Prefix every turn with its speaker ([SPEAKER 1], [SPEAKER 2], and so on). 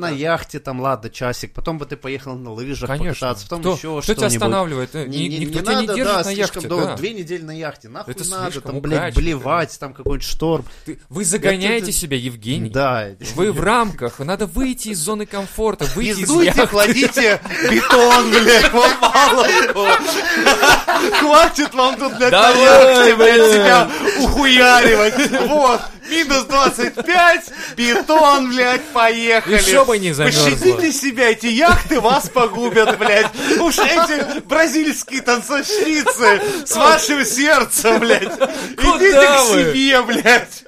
[SPEAKER 1] на яхте там, ладно, часик, потом бы ты поехал на лыжах
[SPEAKER 2] Конечно.
[SPEAKER 1] покататься, потом
[SPEAKER 2] кто,
[SPEAKER 1] еще
[SPEAKER 2] кто
[SPEAKER 1] что-нибудь.
[SPEAKER 2] тебя останавливает? Э, ни- никто тебя не
[SPEAKER 1] надо,
[SPEAKER 2] держит
[SPEAKER 1] да,
[SPEAKER 2] на
[SPEAKER 1] слишком
[SPEAKER 2] яхте.
[SPEAKER 1] долго,
[SPEAKER 2] да.
[SPEAKER 1] две недели на яхте, нахуй
[SPEAKER 2] Это
[SPEAKER 1] надо,
[SPEAKER 2] слишком
[SPEAKER 1] там, блядь,
[SPEAKER 2] укачивает,
[SPEAKER 1] блевать, там какой-нибудь шторм.
[SPEAKER 2] Ты- вы загоняете
[SPEAKER 1] Это-
[SPEAKER 2] себя, Евгений.
[SPEAKER 1] Да.
[SPEAKER 2] Вы в рамках. Надо выйти из зоны комфорта, выйти из
[SPEAKER 1] Пиздуйте,
[SPEAKER 2] яхты.
[SPEAKER 1] кладите бетон, блядь, вам мало. Хватит вам тут, блядь, на
[SPEAKER 2] Давай,
[SPEAKER 1] яхте, блядь, себя ухуяривать. Вот, минус 25, бетон, блядь, поехали.
[SPEAKER 2] Еще бы не замерзло.
[SPEAKER 1] Пощадите себя, эти яхты вас погубят, блядь. Уж эти бразильские танцовщицы с вашим сердцем, блядь. Идите
[SPEAKER 2] Куда
[SPEAKER 1] к
[SPEAKER 2] вы?
[SPEAKER 1] себе, блядь.